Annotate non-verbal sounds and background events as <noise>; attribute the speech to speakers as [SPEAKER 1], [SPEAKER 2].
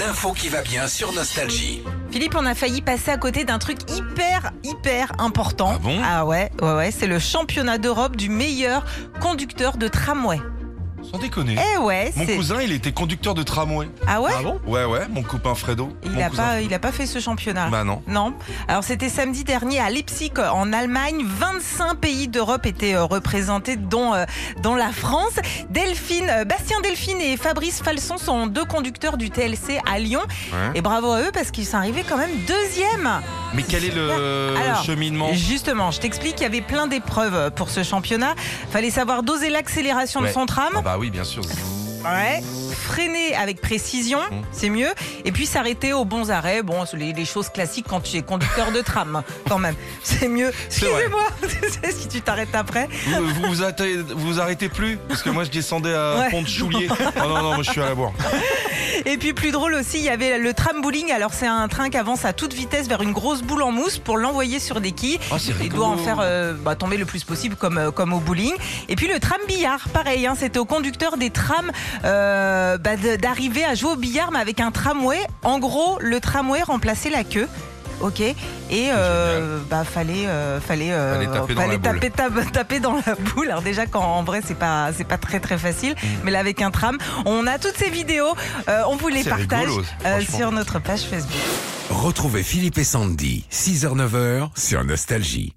[SPEAKER 1] L'info qui va bien sur Nostalgie.
[SPEAKER 2] Philippe, on a failli passer à côté d'un truc hyper, hyper important.
[SPEAKER 1] Ah bon
[SPEAKER 2] ouais, ouais, ouais, c'est le championnat d'Europe du meilleur conducteur de tramway.
[SPEAKER 3] Sans déconner.
[SPEAKER 2] Eh ouais,
[SPEAKER 3] Mon
[SPEAKER 2] c'est.
[SPEAKER 3] cousin, il était conducteur de tramway.
[SPEAKER 2] Ah ouais
[SPEAKER 3] Ouais, ouais, mon copain Fredo.
[SPEAKER 2] Il
[SPEAKER 3] mon
[SPEAKER 2] n'a
[SPEAKER 3] cousin.
[SPEAKER 2] pas, il a pas fait ce championnat.
[SPEAKER 3] Bah non.
[SPEAKER 2] Non. Alors c'était samedi dernier à Leipzig en Allemagne. 25 pays d'Europe étaient euh, représentés, dont, euh, dont la France. Delphine, euh, Bastien Delphine et Fabrice Falson sont deux conducteurs du TLC à Lyon.
[SPEAKER 3] Ouais.
[SPEAKER 2] Et bravo à eux parce qu'ils sont arrivés quand même deuxième.
[SPEAKER 3] Mais quel est le
[SPEAKER 2] Alors,
[SPEAKER 3] cheminement
[SPEAKER 2] Justement, je t'explique, il y avait plein d'épreuves pour ce championnat. Fallait savoir doser l'accélération
[SPEAKER 3] Ouais.
[SPEAKER 2] de son tram.
[SPEAKER 3] Ah Bah oui, bien sûr.
[SPEAKER 2] Ouais. Freiner avec précision,
[SPEAKER 3] Mm.
[SPEAKER 2] c'est mieux. Et puis s'arrêter aux bons arrêts. Bon, c'est les, les choses classiques quand tu es conducteur de tram, quand même. <laughs> C'est mieux.
[SPEAKER 3] C'est vrai.
[SPEAKER 2] Excusez-moi, si <laughs> tu t'arrêtes après.
[SPEAKER 3] Vous vous, vous atte- vous vous arrêtez plus Parce que moi, je descendais à
[SPEAKER 2] Ouais.
[SPEAKER 3] Pont de
[SPEAKER 2] <laughs>
[SPEAKER 3] Choulier. Oh non, non, moi, je suis à la bourre.
[SPEAKER 2] Et puis plus drôle aussi, il y avait le tram bowling. Alors c'est un train qui avance à toute vitesse vers une grosse boule en mousse pour l'envoyer sur des quilles.
[SPEAKER 3] Oh, c'est
[SPEAKER 2] Il
[SPEAKER 3] rigolo.
[SPEAKER 2] doit en faire euh, bah, tomber le plus possible comme, euh, comme au bowling. Et puis le tram billard, pareil, hein, c'était au conducteur des trams euh, bah, de- d'arriver à jouer au billard mais avec un tramway. En gros, le tramway remplaçait la queue. Ok, et euh, bah fallait euh, fallait euh,
[SPEAKER 3] Fallait taper dans
[SPEAKER 2] fallait
[SPEAKER 3] la boule.
[SPEAKER 2] taper, tape- <laughs> taper dans la boule. Alors déjà quand en vrai c'est pas c'est pas très très facile,
[SPEAKER 3] Mm.
[SPEAKER 2] mais là avec un tram, on a toutes ces vidéos, euh, on vous les
[SPEAKER 3] C'est
[SPEAKER 2] partage
[SPEAKER 3] rigolo,
[SPEAKER 2] euh,
[SPEAKER 3] franchement.
[SPEAKER 2] sur notre page Facebook.
[SPEAKER 1] Retrouvez Philippe et Sandy, 6h-9h sur Nostalgie.